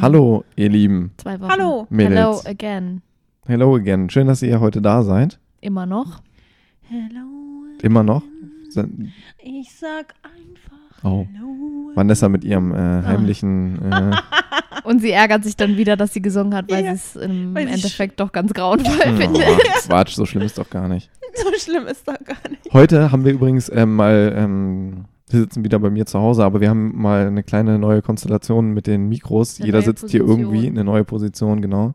Hallo, ihr Lieben. Zwei Wochen. Hallo. Mädels. Hello again. Hello again. Schön, dass ihr heute da seid. Immer noch. Hello. Immer noch. Sind- Ich sag einfach Oh. Hello. Vanessa mit ihrem äh, Ah. heimlichen. Äh, Und sie ärgert sich dann wieder, dass sie gesungen hat, weil Ja. sie es im Weil sie Endeffekt doch ganz grauenvoll mh, findet. oh, Quatsch, so schlimm ist doch gar nicht. So schlimm ist doch gar nicht. Heute haben wir übrigens ähm, mal. Ähm, wir sitzen wieder bei mir zu Hause, aber wir haben mal eine kleine neue Konstellation mit den Mikros. Eine Jeder neue sitzt hier Position. Mhm. irgendwie, eine neue Position, genau.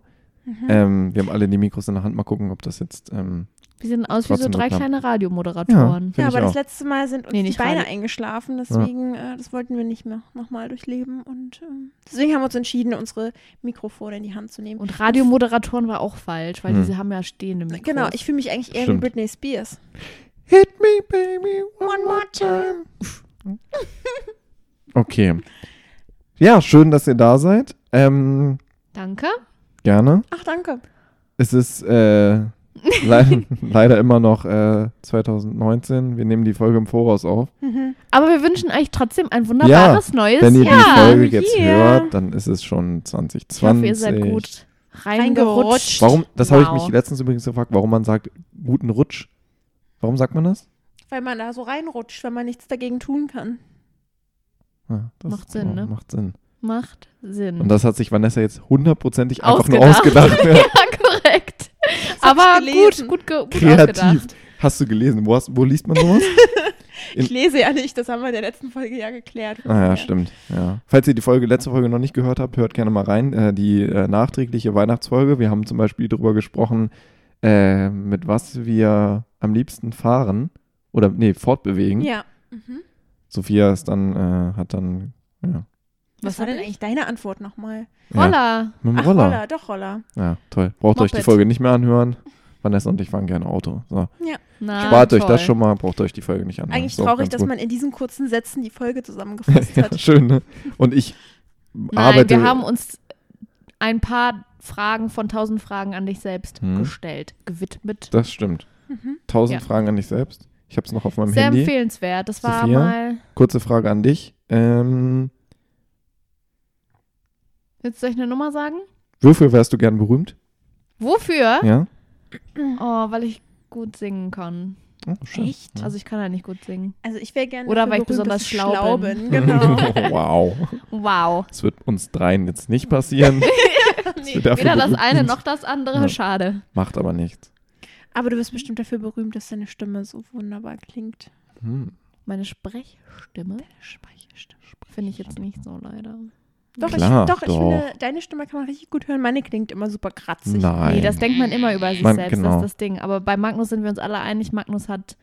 Ähm, wir haben alle die Mikros in der Hand. Mal gucken, ob das jetzt. Ähm, Wir sehen aus wie so Trotzdem drei nur knapp. kleine ja, Radiomoderatoren. finde Ja, aber ich das auch. letzte Mal sind uns Nee, die nicht Beine Radio. eingeschlafen, deswegen, äh, das wollten wir nicht mehr nochmal durchleben und ähm, deswegen haben wir uns entschieden, unsere Mikrofone in die Hand zu nehmen. Und Radiomoderatoren war auch falsch, weil Hm. sie haben ja stehende Mikros. Genau, ich fühle mich eigentlich eher Stimmt. wie Britney Spears. Hit me, baby, one more time. Okay. Ja, schön, dass ihr da seid. Ähm, Danke. gerne. Ach, danke. Es ist äh, leider, leider immer noch äh, 2019. Wir nehmen die Folge im Voraus auf. Aber wir wünschen euch trotzdem ein wunderbares neues Wenn ihr die Jahr. Folge jetzt yeah. hört, dann ist es schon ich 2020. hoffe, ihr seid gut reingerutscht. Reingerutscht. Warum, das habe ich Wow. mich letztens übrigens gefragt, warum man sagt, guten Rutsch. Warum sagt man das? Weil man da so reinrutscht, wenn man nichts dagegen tun kann. Ja, das oh, Macht Sinn, ne? Macht Sinn. Macht Sinn. Und das hat sich Vanessa jetzt hundertprozentig einfach nur Ausgedacht. ausgedacht. Ja. ja, korrekt. Aber gut, gelesen. gut, ge- gut Kreativ. ausgedacht. Hast du gelesen? Wo, hast, wo liest man sowas? In- Ich lese ja nicht, das haben wir in der letzten Folge ja geklärt. Ah ja, stimmt. Ja. Falls ihr die Folge, letzte Folge noch nicht gehört habt, hört gerne mal rein. Äh, die äh, nachträgliche Weihnachtsfolge. Wir haben zum Beispiel darüber gesprochen, äh, mit was wir am liebsten fahren oder nee, fortbewegen. Ja. Mhm. Sophia ist dann, äh, hat dann ja, Was, Was war hab denn ich? eigentlich deine Antwort nochmal? ja, Holla. mit dem Ach, Roller. Roller, doch Roller. Ja, toll. Braucht euch die Moped. Folge nicht mehr anhören. Vanessa und ich fahren gerne Auto. So. Na, Spart euch toll. das schon mal, braucht euch die Folge nicht anhören. Eigentlich Ist auch traurig, ganz dass gut. man in diesen kurzen Sätzen die Folge zusammengefasst ja, hat. schön, ne? Und ich Nein, arbeite. wir haben uns ein paar Fragen von tausend Fragen an dich selbst Hm. gestellt, gewidmet. Das stimmt. Mhm. Tausend Ja. Fragen an dich selbst. Ich habe es noch auf meinem Sehr Handy. empfehlenswert. Das war Sophia? mal. Kurze Frage an dich. Ähm, Willst du euch eine Nummer sagen? wofür wärst du gern berühmt? Wofür? Ja. Oh, weil ich gut singen kann. Oh, schön. Echt? Ja. Also ich kann ja nicht gut singen. Also ich wäre gerne Oder dafür weil ich berühmt, besonders dass schlau bin. Genau. wow. Wow. Das wird uns dreien jetzt nicht passieren. Nee. Wir dafür Weder das berühmt eine sind. noch das andere. Ja. Schade. Macht aber nichts. Aber du bist bestimmt dafür berühmt, dass deine Stimme so wunderbar klingt. Hm. Meine Sprechstimme Sprechstimme. finde ich jetzt nicht so leider. Doch, Klar, ich, doch, ich doch. finde, deine Stimme kann man richtig gut hören. Meine klingt immer super kratzig. Nein. Nee, das denkt man immer über sich Man- selbst, genau. das ist das Ding. Aber bei Magnus sind wir uns alle einig, Magnus hat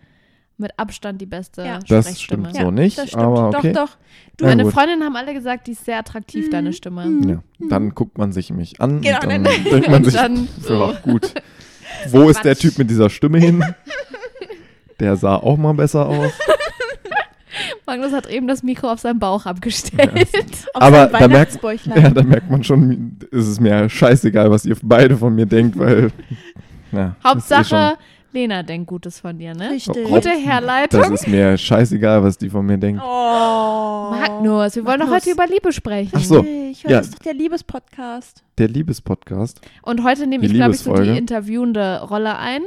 mit Abstand die beste Ja. Sprechstimme. Das stimmt so nicht, das stimmt. aber okay. Doch, doch. Du, Ja, Meine gut. Freundinnen haben alle gesagt, die ist sehr attraktiv, Mhm. deine Stimme. Mhm. Ja. Dann guckt man sich mich an Genau, und dann nein. denkt man Und sich, dann pff, so. ja, gut. Wo ist der Quatsch. Typ mit dieser Stimme hin? Der sah auch mal besser aus. Magnus hat eben das Mikro auf seinen Bauch abgestellt. auf aber dein da merkt- Weihnachtsbäuchlein. Ja, da merkt man schon, ist es ist mir scheißegal, was ihr beide von mir denkt, weil. Ja, das ist eh schon- Hauptsache, Lena denkt Gutes von dir, ne? Richtig. Oh, Gute Haupt- Das Herleitung. ist mir scheißegal, was die von mir denkt. Oh. Magnus, wir wollen doch Magnus. heute über Liebe sprechen. Ach so. Ich höre, Ja. das ist doch der Liebespodcast. Der Liebespodcast. Und heute nehme Die ich, glaube ich, so die Liebesfolge. interviewende Rolle ein,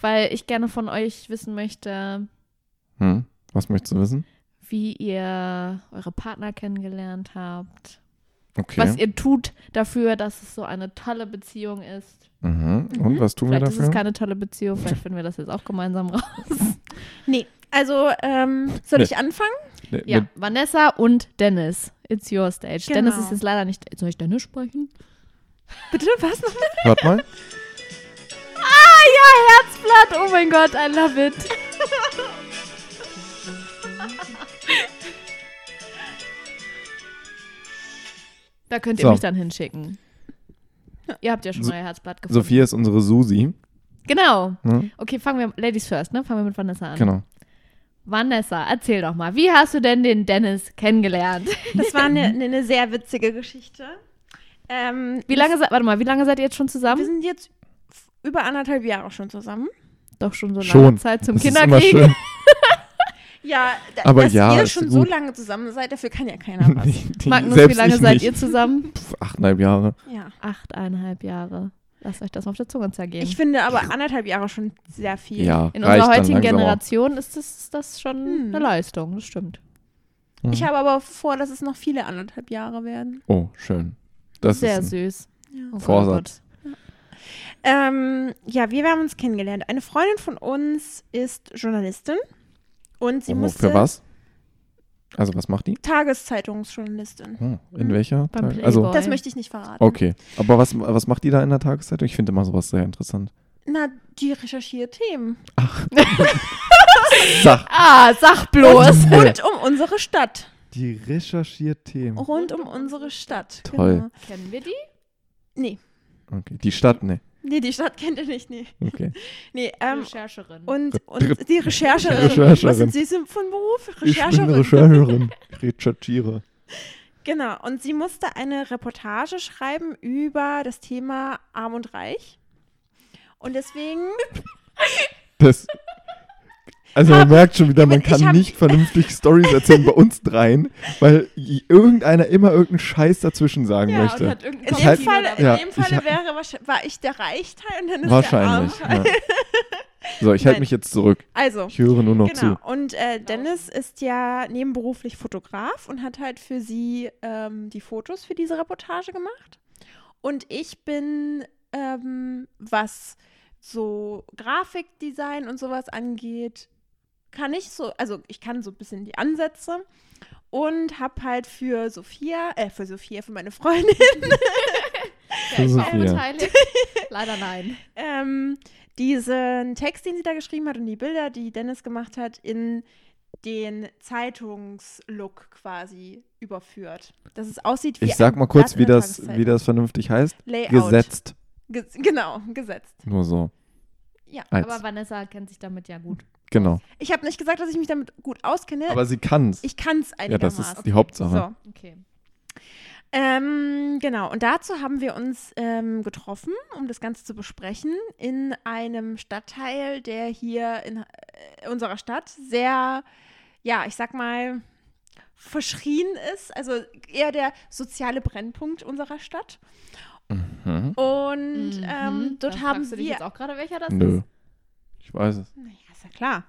weil ich gerne von euch wissen möchte, Hm. Was möchtest du wissen? wie ihr eure Partner kennengelernt habt, Okay. was ihr tut dafür, dass es so eine tolle Beziehung ist. mhm. Und was tun wir Vielleicht ist dafür? es keine tolle Beziehung, vielleicht finden wir das jetzt auch gemeinsam raus. Nee, also ähm, soll Nee. ich anfangen? Ne- Ja, ne- Vanessa und Dennis. It's your stage. Genau. Dennis ist jetzt leider nicht. Soll ich Dennis sprechen? Bitte, was noch? Hört mal. Ah ja, Herzblatt. Oh mein Gott, I love it. da könnt ihr So. mich dann hinschicken. Ihr habt ja schon So- euer Herzblatt gefunden. Sophia ist unsere Susi. Genau. Ne? Okay, fangen wir Ladies first, ne? Fangen wir mit Vanessa an. Genau. Vanessa, erzähl doch mal, wie hast du denn den Dennis kennengelernt? Das war eine, eine, eine sehr witzige Geschichte. Ähm, Wie lange seid, warte mal, wie lange seid ihr jetzt schon Wir zusammen? sind jetzt f- über anderthalb Jahre schon zusammen. Doch schon so lange Schon. Zeit zum Das ist immer Kinderkriegen. schön. Ja, da, Aber dass ja, ihr ist schon gut. so lange zusammen seid, dafür kann ja keiner was. Die- die- Magnus, wie selbst lange ich seid nicht. ihr zusammen? Pff, achteinhalb Jahre. ja. Achteinhalb Jahre. Lasst euch das mal auf der Zunge zergehen. Ich finde aber anderthalb Jahre schon sehr viel. Ja, In reicht unserer dann heutigen langsam auch. Generation ist das, ist das schon Hm. eine Leistung, das stimmt. Mhm. Ich habe aber vor, dass es noch viele anderthalb Jahre werden. Oh, schön. Das Sehr ist süß. Ja. Oh Gott, Vorsatz. oh Ähm, ja, wir haben uns kennengelernt. Eine Freundin von uns ist Journalistin und sie oh, musste für was? Also, was macht die? Tageszeitungsjournalistin. Hm, Mhm. in welcher? Beim Tag- also, Playboy. Das möchte ich nicht verraten. okay. Aber was, was macht die da in der Tageszeitung? Ich finde immer sowas sehr interessant. Na, die recherchiert Themen. Sach, Ah, sag bloß. Rund um unsere Stadt. die recherchiert Themen. Rund um unsere Stadt. Toll. Genau. Kennen wir die? Nee. Okay. Die Stadt, ne. Nee, die Stadt kennt ihr nicht. Nee. Okay. Nee, ähm, Rechercherin. und, Dr- und die Rechercherin. Rechercherin. Was sind Sie sind von Beruf? Ich bin Rechercherin. Ich recherchiere. Genau, und sie musste eine Reportage schreiben über das Thema Arm und Reich. Und deswegen, Das. Also man merkt schon wieder, man Ich hab- kann nicht vernünftig Stories erzählen bei uns dreien, weil j- irgendeiner immer irgendeinen Scheiß dazwischen sagen möchte. in Ich dem halt- Fall, in ja, dem ich Falle hab- wäre, wahrsch- war ich der Reichteil und dann ist Wahrscheinlich. der Arm. Ja. So, ich halte Nein. mich jetzt zurück. Also, Ich höre nur noch genau. Und äh, Dennis ist ja nebenberuflich Fotograf und hat halt für sie ähm, die Fotos für diese Reportage gemacht. Und ich bin, ähm, was so Grafikdesign und sowas angeht, kann ich so, also ich kann so ein bisschen die Ansätze und habe halt für Sophia, äh, für Sophia, für meine Freundin, zu. Sophia. beteiligt. Leider nein. ähm, diesen Text, den sie da geschrieben hat und die Bilder, die Dennis gemacht hat, in den Zeitungslook quasi überführt. Dass es aussieht wie Ich sag ein mal Blatt kurz, in wie der das, Tageszeitung. wie das vernünftig heißt. Layout. Gesetzt. Ge genau, gesetzt. Nur so. Ja. Eins. Aber Vanessa kennt sich damit ja gut. Genau. Ich habe nicht gesagt, dass ich mich damit gut auskenne. Aber sie kann's. ich kann es Ja, das einigermaßen. ist die Hauptsache. So. Okay. Ähm, genau, und dazu haben wir uns ähm, getroffen, um das Ganze zu besprechen, in einem Stadtteil, der hier in äh, unserer Stadt sehr, ja, ich sag mal, verschrien ist, also eher der soziale Brennpunkt unserer Stadt. Hm? Und ähm, dort Dann haben Mhm. fragst du dich wir. jetzt auch gerade, welcher das Nö. ist? Ich weiß es. Naja, ist ja klar.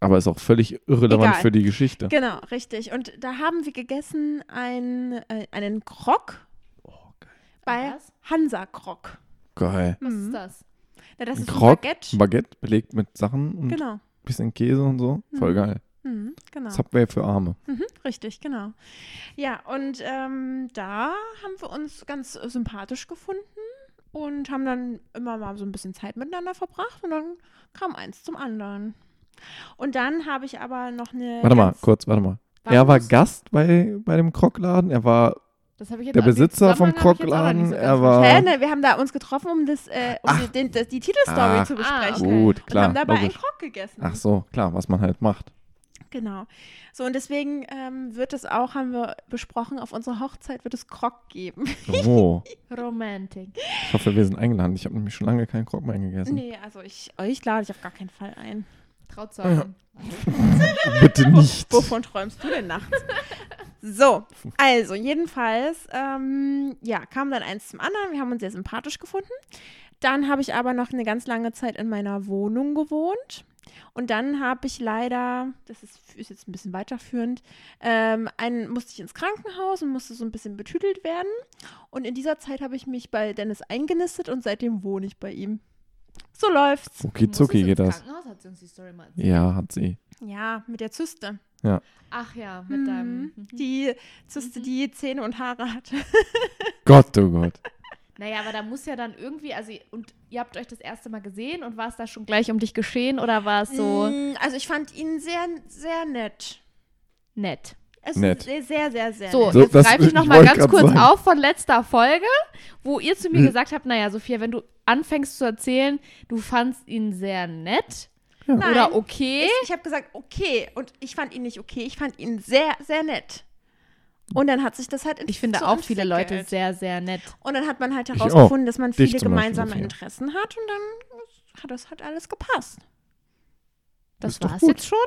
Aber ist auch völlig irrelevant Egal. für die Geschichte. Genau, richtig. Und da haben wir gegessen ein, äh, einen Krog Oh, geil. bei Was? Hansa Krog. geil. Was Mhm. ist das? Na, das Ein ist Krog? ein Baguette. Ein Baguette belegt mit Sachen und ein Genau. bisschen Käse und so. Voll Mhm. geil. Mhm, genau. Subway für Arme. Mhm, richtig, genau. Ja, und ähm, da haben wir uns ganz äh, sympathisch gefunden und haben dann immer mal so ein bisschen Zeit miteinander verbracht und dann kam eins zum anderen. Und dann habe ich aber noch eine. Warte mal, ganz- kurz, warte mal. Warum er war musst- Gast bei, bei dem Krogladen, er war Das hab ich jetzt der aus dem Besitzer vom Zusammenhang hab ich jetzt auch noch nicht Krogladen, so ganz er war. Hä, ne, wir haben da uns getroffen, um, das, äh, um Ach. die, den, das, die Titelstory Ach. zu Ah, besprechen. okay. Gut, Und klar, haben dabei einen logisch. Krog gegessen. Ach so, klar, was man halt macht. Genau. So, und deswegen ähm, wird es auch, haben wir besprochen, auf unserer Hochzeit wird es Krog geben. Oh, verstanden. Romantik. ich hoffe, wir sind eingeladen. Ich habe nämlich schon lange keinen Krog mehr gegessen. Nee, also ich, ich lade dich auf gar keinen Fall ein. Trauzeugen. Bitte nicht. Wovon träumst du denn nachts? So, also jedenfalls, ähm, ja, kam dann eins zum anderen. Wir haben uns sehr sympathisch gefunden. Dann habe ich aber noch eine ganz lange Zeit in meiner Wohnung gewohnt. Und dann habe ich leider, das ist, ist jetzt ein bisschen weiterführend, ähm, einen, musste ich ins Krankenhaus und musste so ein bisschen betütelt werden. Und in dieser Zeit habe ich mich bei Dennis eingenistet und seitdem wohne ich bei ihm. So läuft's. Zucki zucki geht das. Krankenhaus hat sie uns die Story mal erzählt. Ja, hat sie. Ja, mit der Zyste. Ach ja, mit deinem. Mhm. Die Zyste, die Zähne und Haare hat. Gott, oh Gott. Naja, aber da muss ja dann irgendwie, also und ihr habt euch das erste Mal gesehen und war es da schon gleich um dich geschehen oder war es so Mm, Also ich fand ihn sehr, sehr nett. nett? Es Nett. ist sehr, sehr, sehr, sehr So, nett. So, jetzt das- greife ich ich nochmal wollte ganz grad kurz sagen. auf von letzter Folge, wo ihr zu mir Hm. gesagt habt, naja, Sophia, wenn du anfängst zu erzählen, du fandst ihn sehr nett Nein, oder okay. Ich, ich habe gesagt, okay. Und ich fand ihn nicht okay. Ich fand ihn sehr, sehr nett. Und dann hat sich das halt Ich finde so auch viele entwickelt. Leute sehr, sehr nett. Und dann hat man halt Ich herausgefunden, dass man Dich viele zum Beispiel, gemeinsame Sophia. Interessen hat. Und dann hat das halt alles gepasst. Das Ist doch war's gut. jetzt schon?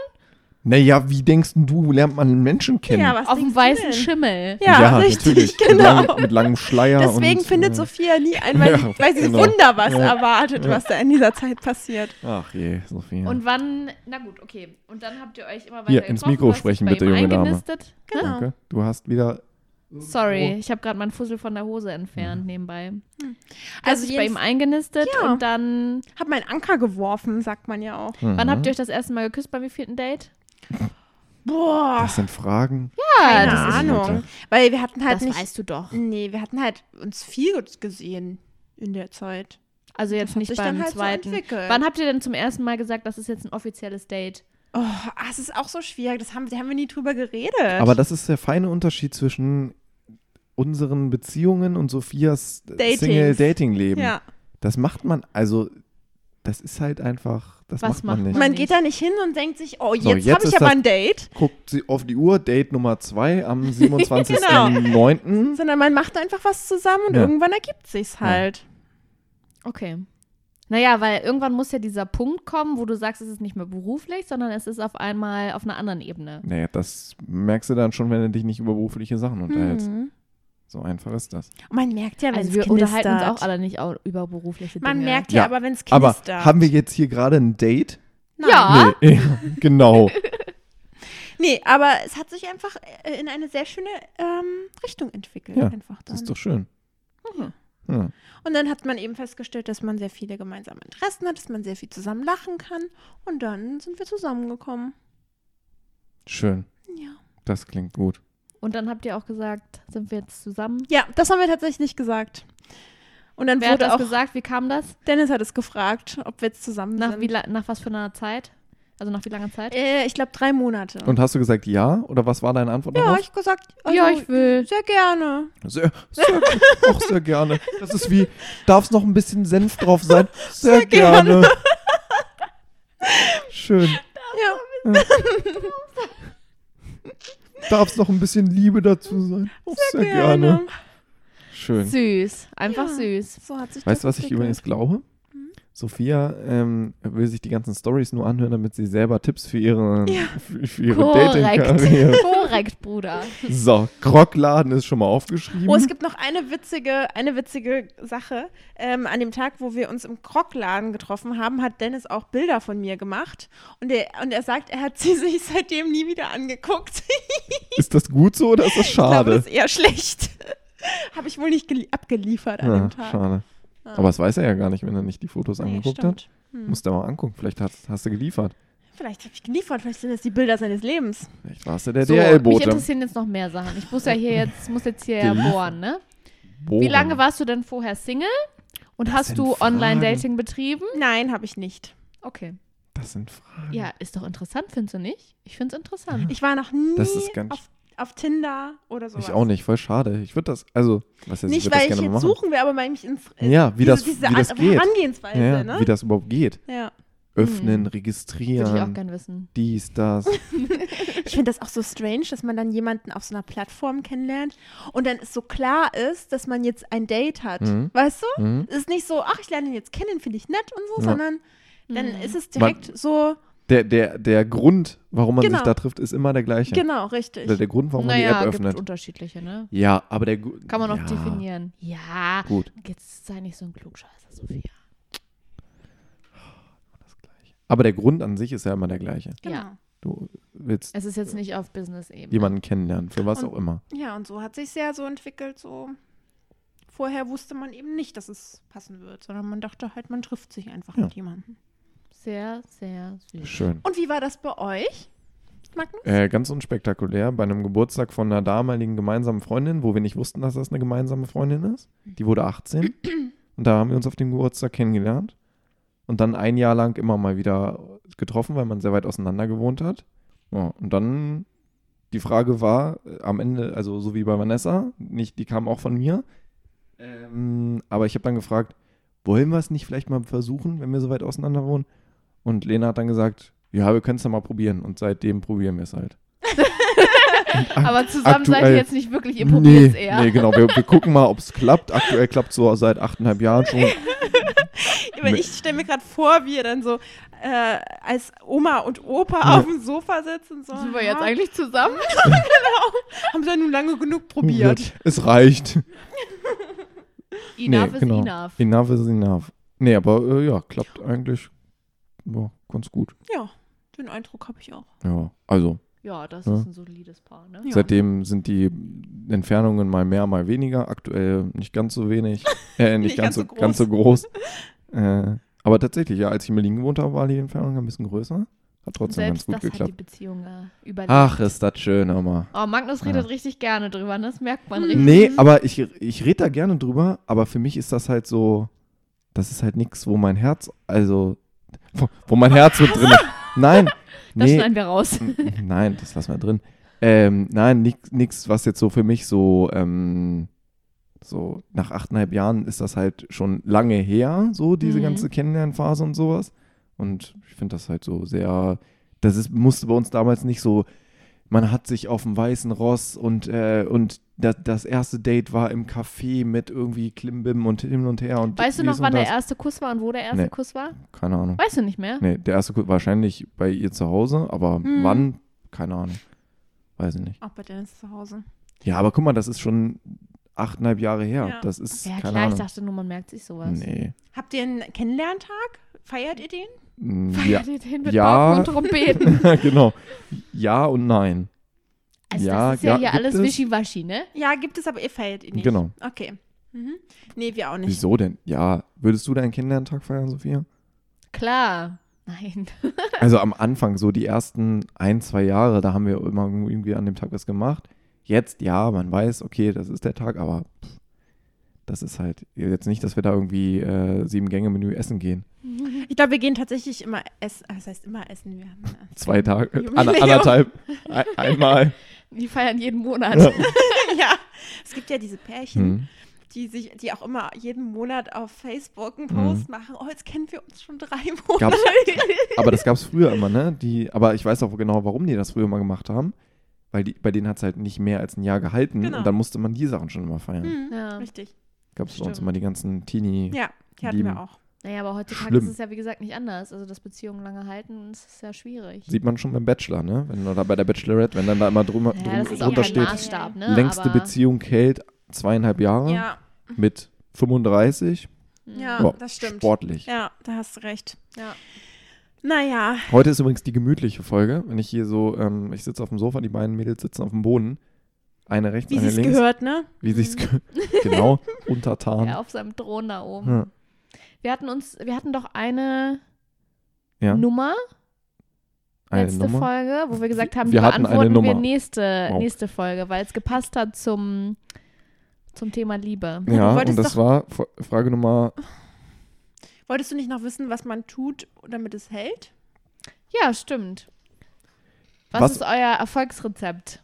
Naja, wie denkst denn du, lernt man einen Menschen kennen? Ja, was Auf dem denkst du weißen denn? Schimmel. Ja, richtig, natürlich. Mit, genau. lang, mit langem Schleier. Deswegen und, findet äh, Sophia nie ein, weil, Ja, sie, weil sie genau. Wunder was Ja. erwartet, was da in dieser Zeit passiert. Ach je, Sophia. Und wann, na gut, okay. Und dann habt ihr euch immer weiter Hier, ins getroffen, Mikro du hast dich sprechen, bei bitte, ihm junge Dame. eingenistet. Ne? Genau. Danke. Du hast wieder. Sorry, ich habe gerade meinen Fussel von der Hose Mhm. entfernt nebenbei. Also Also ich bei ihm jeden, eingenistet Ja. und dann, hab meinen Anker geworfen, sagt man ja auch. Mhm. wann habt ihr euch das erste Mal geküsst beim vierten Date? Boah, Das sind Fragen. Ja, keine das ist- Ahnung. Weil wir hatten halt das nicht. weißt du doch. Nee, wir hatten halt uns viel gesehen in der Zeit. Also jetzt hat nicht sich beim dann halt so zweiten. entwickelt. Wann habt ihr denn zum ersten Mal gesagt, das ist jetzt ein offizielles Date? Oh, ah, es ist auch so schwierig. Das haben, da haben wir nie drüber geredet. Aber das ist der feine Unterschied zwischen unseren Beziehungen und Sophias Datings. Single-Dating-Leben. ja. Das macht man, also, das ist halt einfach, das macht Was man macht nicht. man? Man geht da nicht hin und denkt sich, oh, jetzt, So, jetzt habe ich ist aber das- ein Date. Guckt sie auf die Uhr, Date Nummer 2 am 27.09. Sondern man macht einfach was zusammen und Ja. irgendwann ergibt sich's halt. Okay. Naja, weil irgendwann muss ja dieser Punkt kommen, wo du sagst, es ist nicht mehr beruflich, sondern es ist auf einmal auf einer anderen Ebene. Naja, das merkst du dann schon, wenn du dich nicht über berufliche Sachen unterhältst. Mhm. So einfach ist das. Und man merkt ja, wenn also es wir unterhalten uns auch knistert. alle nicht au- über berufliche Dinge. Man merkt ja, Ja, aber wenn es Aber knistert. haben wir jetzt hier gerade ein Date? Nein. Ja. Ah. Nee, ja, genau. Nee, aber es hat sich einfach äh, in eine sehr schöne ähm, Richtung entwickelt. Ja, einfach dann. Das ist doch schön. Hm, Mhm. Ja. Und dann hat man eben festgestellt, dass man sehr viele gemeinsame Interessen hat, dass man sehr viel zusammen lachen kann. Und dann sind wir zusammengekommen. Schön. Ja. Das klingt gut. Und dann habt ihr auch gesagt, sind wir jetzt zusammen? Ja, das haben wir tatsächlich gesagt. Und dann Wer hat wurde das auch gesagt? Wie kam das? Dennis hat es gefragt, ob wir jetzt zusammen Nach, wie, sind. la- nach was für einer Zeit? Also nach wie langer Zeit? Äh, ich glaube drei Monate. Und hast du gesagt ja? Oder was war deine Antwort ja, darauf? ich gesagt, Oh ja, also, ich will. sehr gerne. Sehr, sehr, auch sehr gerne. Das ist wie, darf es noch ein bisschen Senf drauf sein? Sehr, gerne. Schön. Ja. Darf es noch ein bisschen Liebe dazu sein? Auch sehr, gerne. ne? Schön. Süß. Einfach Ja. süß. So hat sich Weißt du, das was ich entwickelt. übrigens glaube? Mhm. Sophia ähm, will sich die ganzen Stories nur anhören, damit sie selber Tipps für ihre, Ja. für, für ihre Dating-Karriere. Korrekt. Korrekt, Bruder. So, Krockladen ist schon mal aufgeschrieben. Oh, es gibt noch eine witzige, eine witzige Sache. Ähm, an dem Tag, wo wir uns im Krockladen getroffen haben, hat Dennis auch Bilder von mir gemacht. Und er, und er sagt, er hat sie sich seitdem nie wieder angeguckt. ist das gut so oder ist das Ich glaube, schade? das ist eher schlecht. Habe ich wohl nicht gelie- abgeliefert an dem ja, Tag. schade. Ja. Aber das weiß er ja gar nicht, wenn er nicht die Fotos Nee, angeguckt hat. stimmt. Hm. Musst du mal angucken. Vielleicht hast, hast du geliefert. Vielleicht habe ich geliefert, vielleicht sind das die Bilder seines Lebens. Vielleicht warst du der So, mich DL-Bote. interessieren jetzt noch mehr Sachen. Ich muss ja hier jetzt, muss jetzt hier ja Geliefert. bohren, ne? Wie lange warst du denn vorher Single? Und hast sind du Fragen. Online-Dating betrieben? Nein, habe ich nicht. Okay. Das sind Fragen. Ja, ist doch interessant, findest du nicht? Ich find's interessant. Ich war noch nie Das ist ganz- auf, auf Tinder oder sowas. ich auch nicht. Voll schade. Ich würde das, also, was heißt, ich Nicht, würde das weil ich gerne jetzt mal machen. suchen will, aber weil mich ins äh, Ja, wie diese, das, diese wie das Art- geht. Herangehensweise, Ja, ja, ne? Hm. Wie das überhaupt geht. ja. Öffnen, Würde ich auch registrieren, gern wissen. dies, das. Ich finde das auch so strange, dass man dann jemanden auf so einer Plattform kennenlernt und dann so klar ist, dass man jetzt ein Date hat. Mhm. Weißt du? Mhm. Es ist nicht so, ach, ich lerne ihn jetzt kennen, finde ich nett und so, Ja. sondern dann Mhm. ist es Man- direkt so, Der, der, der Grund, warum man Genau. sich da trifft, ist immer der gleiche. genau, richtig. Oder der Grund, warum naja, man die App gibt öffnet. unterschiedliche, ne? Ja, aber der Gu- Kann man noch ja, definieren. Ja, Gut, jetzt sei nicht so ein Klugscheißer, Sophia. das gleiche. Aber der Grund an sich ist ja immer der gleiche. Genau. Ja. Du willst Es ist jetzt nicht auf Business-Ebene. jemanden kennenlernen, für was Und- auch immer. Ja, und so hat sich sehr so entwickelt, so vorher wusste man eben nicht, dass es passen wird, sondern man dachte halt, man trifft sich einfach Ja. mit jemandem. Sehr, sehr süß. Schön. Und wie war das bei euch, Magnus? Äh, ganz unspektakulär, bei einem Geburtstag von einer damaligen gemeinsamen Freundin, wo wir nicht wussten, dass das eine gemeinsame Freundin ist. Die wurde 18 und da haben wir uns auf dem Geburtstag kennengelernt und dann ein Jahr lang immer mal wieder getroffen, weil man sehr weit auseinander gewohnt hat. Ja, und dann die Frage war äh, am Ende, also so wie bei Vanessa, nicht, die kam auch von mir, ähm, aber ich habe dann gefragt, wollen wir es nicht vielleicht mal versuchen, wenn wir so weit auseinander wohnen? Und Lena hat dann gesagt, ja, wir können es ja mal probieren. Und seitdem probieren wir es halt. Aber zusammen seid ihr aktuell- jetzt nicht wirklich, ihr probiert's eher. nee, genau. Wir, wir gucken mal, ob es klappt. Aktuell klappt es so seit achteinhalb Jahren schon. Aber ich stelle mir gerade vor, wie ihr dann so äh, als Oma und Opa auf dem Sofa sitzen. So, Sind wir ja, jetzt eigentlich zusammen? Haben sie ja nun lange genug probiert. Es reicht. Enough Nee, is genau. enough. Enough is enough. Nee, aber äh, ja, klappt eigentlich ja, ganz gut. Ja, den Eindruck habe ich auch. Ja, also Ja, das Ja. ist ein solides Paar, ne? Ja. seitdem sind die Entfernungen mal mehr, mal weniger. Aktuell nicht ganz so wenig. Äh, nicht, ganz, so, ganz so groß. äh, aber tatsächlich, ja, als ich in Berlin gewohnt habe, war die Entfernung ein bisschen größer. Hat trotzdem ganz Selbst das gut hat die geklappt. Beziehung äh, überlebt. Ach, ist das schön, Oma. Oh, Magnus Ja. redet richtig gerne drüber, ne? das merkt man Mhm. richtig. Nee, aber ich, ich rede da gerne drüber, aber für mich ist das halt so, das ist halt nichts, wo mein Herz, also, wo, wo mein Herz mit drin ist. Nein, Das nee, Hm. schneiden wir raus. n- nein, das lassen wir drin. Ähm, nein, nix, nix, was jetzt so für mich so, ähm, so nach achteinhalb Jahren ist das halt schon lange her, so diese Mhm. ganze Kennenlernphase und sowas. Und ich finde das halt so sehr, das ist, musste bei uns damals nicht so, man hat sich auf dem weißen Ross und, äh, und das, das erste Date war im Café mit irgendwie Klimbim und hin und her und Weißt du dies noch, und wann der das. erste Kuss war und wo der erste Nee. Kuss war? Keine Ahnung. Weißt du nicht mehr? Nee, der erste Kuss wahrscheinlich bei ihr zu Hause, aber Mhm. wann? Keine Ahnung. Weiß ich nicht. Auch bei Dennis zu Hause. Ja, aber guck mal, das ist schon achteinhalb Jahre her. Ja. Das ist Ja, keine klar, ich Ahnung. dachte nur, man merkt sich sowas. nee. Habt ihr einen Kennenlerntag? Feiert ihr den? Mm, Feiert Ja, ihr den mit Ja. Pauken und Trompeten? genau. Ja und nein. Also Ja, das ist ja, ja, hier gibt alles es. Wischiwaschi, ne? Ja, gibt es, aber ihr feiert ihn nicht. Genau. Okay. Mhm. Nee, wir auch nicht. Wieso denn? Ja, würdest du deinen Kindertag feiern, Sophia? Klar. Nein. Also am Anfang, so die ersten ein, zwei Jahre, da haben wir immer irgendwie an dem Tag was gemacht. Jetzt, ja, man weiß, okay, das ist der Tag, aber pff, das ist halt jetzt nicht, dass wir da irgendwie äh, sieben Gänge Menü essen gehen. Ich glaube, wir gehen tatsächlich immer essen. Ah, Das heißt, immer essen wir. haben, äh, Zwei Tage, Jubiläum. an, anderthalb, ein, einmal. Die feiern jeden Monat. ja, es gibt ja diese Pärchen, Hm. die sich, die auch immer jeden Monat auf Facebook einen Mhm. Post machen. Oh, jetzt kennen wir uns schon drei Monate. Gab's, aber das gab es früher immer, ne? Die, aber ich weiß auch genau, warum die das früher immer gemacht haben. Weil die, bei denen hat es halt nicht mehr als ein Jahr gehalten Genau. und dann musste man die Sachen schon immer feiern. Mhm, Ja. Richtig. Gab es bei uns Hm, Stimmt. immer die ganzen Teenie. Ja, die hatten Lieben. wir auch. Naja, aber heutzutage Schlimm. ist es ja, wie gesagt, nicht anders. Also, dass Beziehungen lange halten, das ist ja schwierig. Sieht man schon beim Bachelor, ne? Wenn, oder bei der Bachelorette, wenn dann da immer drüber, ja, das drum, ist auch drunter kein steht, Maßstab, ne? längste aber, Beziehung hält zweieinhalb Jahre Ja, mit 35. hm. ja, Boah, das stimmt. Sportlich. Ja, da hast du recht. Ja. Naja, Heute ist übrigens die gemütliche Folge, wenn ich hier so, ähm, ich sitze auf dem Sofa, die beiden Mädels sitzen auf dem Boden. Eine rechts, wie sie eine es links. gehört, ne? Wie sich's gehört. Genau, untertan. Ja, auf seinem Thron da um oben. Ja. Wir hatten uns, wir hatten doch eine Ja, Nummer, eine letzte Nummer. Folge, wo wir gesagt haben, Wir die hatten eine beantworten wir Nummer. nächste, Wow. nächste Folge, weil es gepasst hat zum, zum Thema Liebe. Du Ja, und wolltest das war F- Frage Nummer, Wolltest du nicht noch wissen, was man tut, damit es hält? Ja, stimmt. Was, Was- ist euer Erfolgsrezept?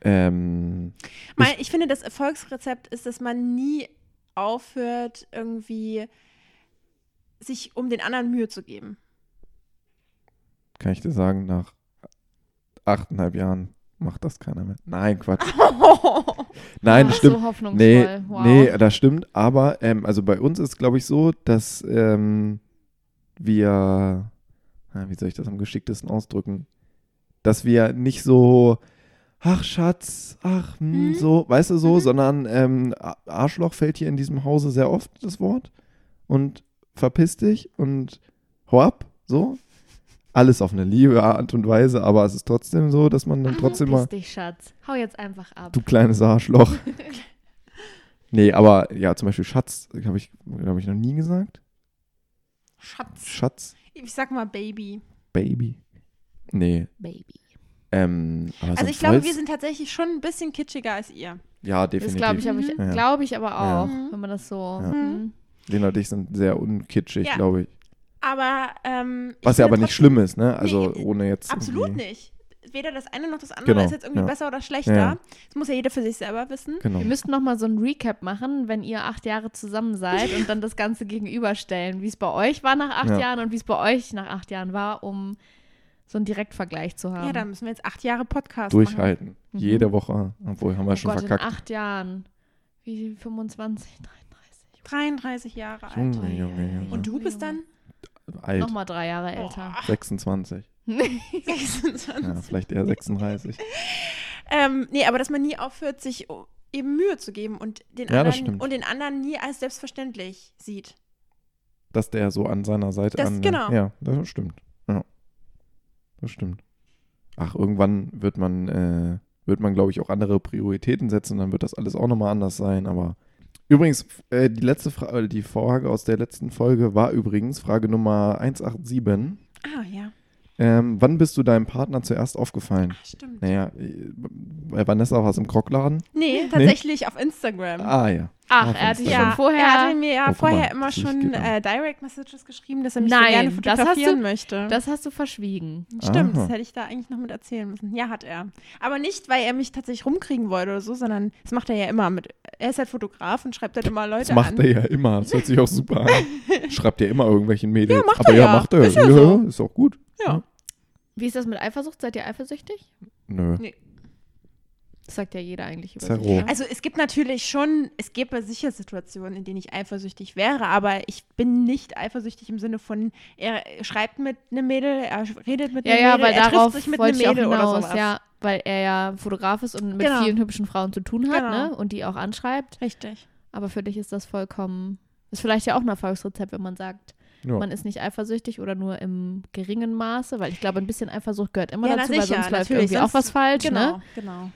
ähm, Mein, ich finde, das Erfolgsrezept ist, dass man nie aufhört, irgendwie sich um den anderen Mühe zu geben. kann ich dir sagen, nach achteinhalb Jahren macht das keiner mehr. Nein, Quatsch. Nein, Ach, stimmt. So hoffnungsvoll. Nee, wow. nee, das stimmt. Aber ähm, also bei uns ist, glaube ich, so, dass ähm, wir, ah, wie soll ich das am geschicktesten ausdrücken, dass wir nicht so, ach Schatz, ach hm, Mhm. so, weißt du so, Mhm. sondern ähm, A- Arschloch fällt hier in diesem Hause sehr oft das Wort und verpiss dich und hau ab, so. Alles auf eine liebe Art und Weise, aber es ist trotzdem so, dass Ah, man dann trotzdem mal Ah, Piss dich, Schatz. Hau jetzt einfach ab. Du kleines Arschloch. nee, aber ja, zum Beispiel Schatz, habe ich, glaube ich, noch nie gesagt. Schatz. Schatz, Ich sag mal Baby. Baby. Nee, Baby. ähm, aber Also sonst ich glaube, wollt's- wir sind tatsächlich schon ein bisschen kitschiger als ihr. Ja, Das definitiv. glaube ich, aber ich, Mhm. Ja. glaub ich aber auch, Ja. wenn man das so. Ja. Mhm. Lena und ich sind sehr unkitschig, Ja. glaube ich. Aber ähm, ich Was ja finde aber nicht trotzdem- schlimm ist, ne? Also Nee, ohne jetzt. Absolut irgendwie- nicht. Weder das eine noch das andere Genau, ist jetzt irgendwie ja. besser oder schlechter. Ja. Das muss ja jeder für sich selber wissen. Genau. Wir müssten noch mal so ein Recap machen, wenn ihr acht Jahre zusammen seid und dann das Ganze gegenüberstellen, wie es bei euch war nach acht Ja. Jahren und wie es bei euch nach acht Jahren war, um so einen Direktvergleich zu haben. Ja, dann müssen wir jetzt acht Jahre Podcast machen. Durchhalten. Mhm. Jede Woche. Obwohl, haben wir oh schon Gott, in verkackt. acht Jahren. Wie 25, 33. 33 Jahre alt. Junge, Junge, Junge. Und du bist dann? alt, Nochmal drei Jahre älter. 26. Ja, 26. vielleicht eher 36. Ähm, nee, aber dass man nie aufhört, sich oh, eben Mühe zu geben und den, Ja, das anderen, stimmt. und den anderen nie als selbstverständlich sieht. Dass der so an seiner Seite Das- an. ne? genau. Ja, das stimmt. Ja. Das stimmt. Ach, irgendwann wird man, äh, wird man, glaube ich, auch andere Prioritäten setzen, dann wird das alles auch nochmal anders sein, aber. Übrigens, f- äh, die letzte Frage, äh, die Frage aus der letzten Folge war übrigens Frage Nummer 187. Ah, ja. Ähm, wann bist du deinem Partner zuerst aufgefallen? Ah, stimmt. Naja, äh, bei Vanessa war es im Krockladen. Nee, tatsächlich auf Instagram. Ah ja. Ach, Auf er hatte Instagram. ich schon vorher. Er hatte mir ja Oh, guck vorher mal, immer das genau. Licht schon geht an. äh, Direct Messages geschrieben, dass er mich so Nein, gerne das hast fotografieren du- möchte. das hast du verschwiegen. Stimmt, Aha. das hätte ich da eigentlich noch mit erzählen müssen. Ja, hat er. Aber nicht, weil er mich tatsächlich rumkriegen wollte oder so, sondern das macht er ja immer mit. Er ist halt Fotograf und schreibt halt immer Leute Das macht an. er ja immer. Das hört sich auch super an. Schreibt ja immer irgendwelchen Mädels. Ja, macht Aber er ja, ja. macht er. Ist ja, ja so. ist auch gut. Ja. Wie ist das mit Eifersucht? Seid ihr eifersüchtig? Nö. Nee. Das sagt ja jeder eigentlich über Zerro. sich. ne? Also es gibt natürlich schon, es gäbe sicher Situationen, in denen ich eifersüchtig wäre, aber ich bin nicht eifersüchtig im Sinne von, er schreibt mit einem Mädel, er redet mit ja, einem ja, Mädel, weil er trifft darauf sich mit einem wollte ich auch Mädel hinaus, oder sowas. ja, weil er ja Fotograf ist und mit Genau. vielen hübschen Frauen zu tun hat, Genau. ne? Und die auch anschreibt. Richtig. Aber für dich ist das vollkommen, ist vielleicht ja auch ein Erfolgsrezept, wenn man sagt, Ja. man ist nicht eifersüchtig oder nur im geringen Maße, weil ich glaube, ein bisschen Eifersucht gehört immer ja, dazu, na weil sicher, sonst läuft natürlich, irgendwie sonst- auch was falsch, genau, ne? Genau,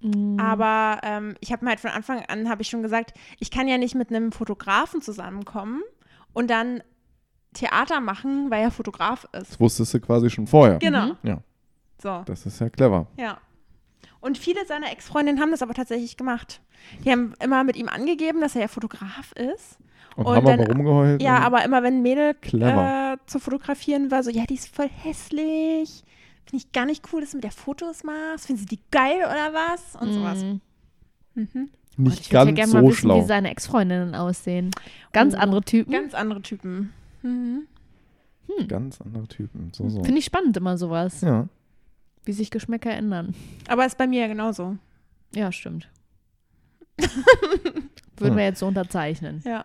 Mhm. Aber ähm, ich habe mir halt von Anfang an, habe ich schon gesagt, ich kann ja nicht mit einem Fotografen zusammenkommen und dann Theater machen, weil er Fotograf ist. Das wusstest du quasi schon vorher. Genau. Mhm. Ja. So, Das ist ja clever. ja. Und viele seiner Ex-Freundinnen haben das aber tatsächlich gemacht. Die haben immer mit ihm angegeben, dass er ja Fotograf ist. Und, Und haben dann- aber rumgeheult. Ja, und- aber immer wenn ein Mädel Genau. Clever. äh, zu fotografieren war, so, ja, die ist voll hässlich. Finde ich gar nicht cool, dass du mit der Fotos machst. Finden sie die geil oder was? Und sowas. Mhm. Mhm. Gott, Nicht ich würd ja ganz gerne so mal wissen, schlau. wie seine Ex-Freundinnen aussehen. Ganz Oh, andere Typen. Ganz andere Typen. Mhm. Ganz andere Typen. So, so. Finde ich spannend immer sowas, Ja. wie sich Geschmäcker ändern. Aber ist bei mir ja genauso. Ja, stimmt. Würden Hm. wir jetzt so unterzeichnen. Ja.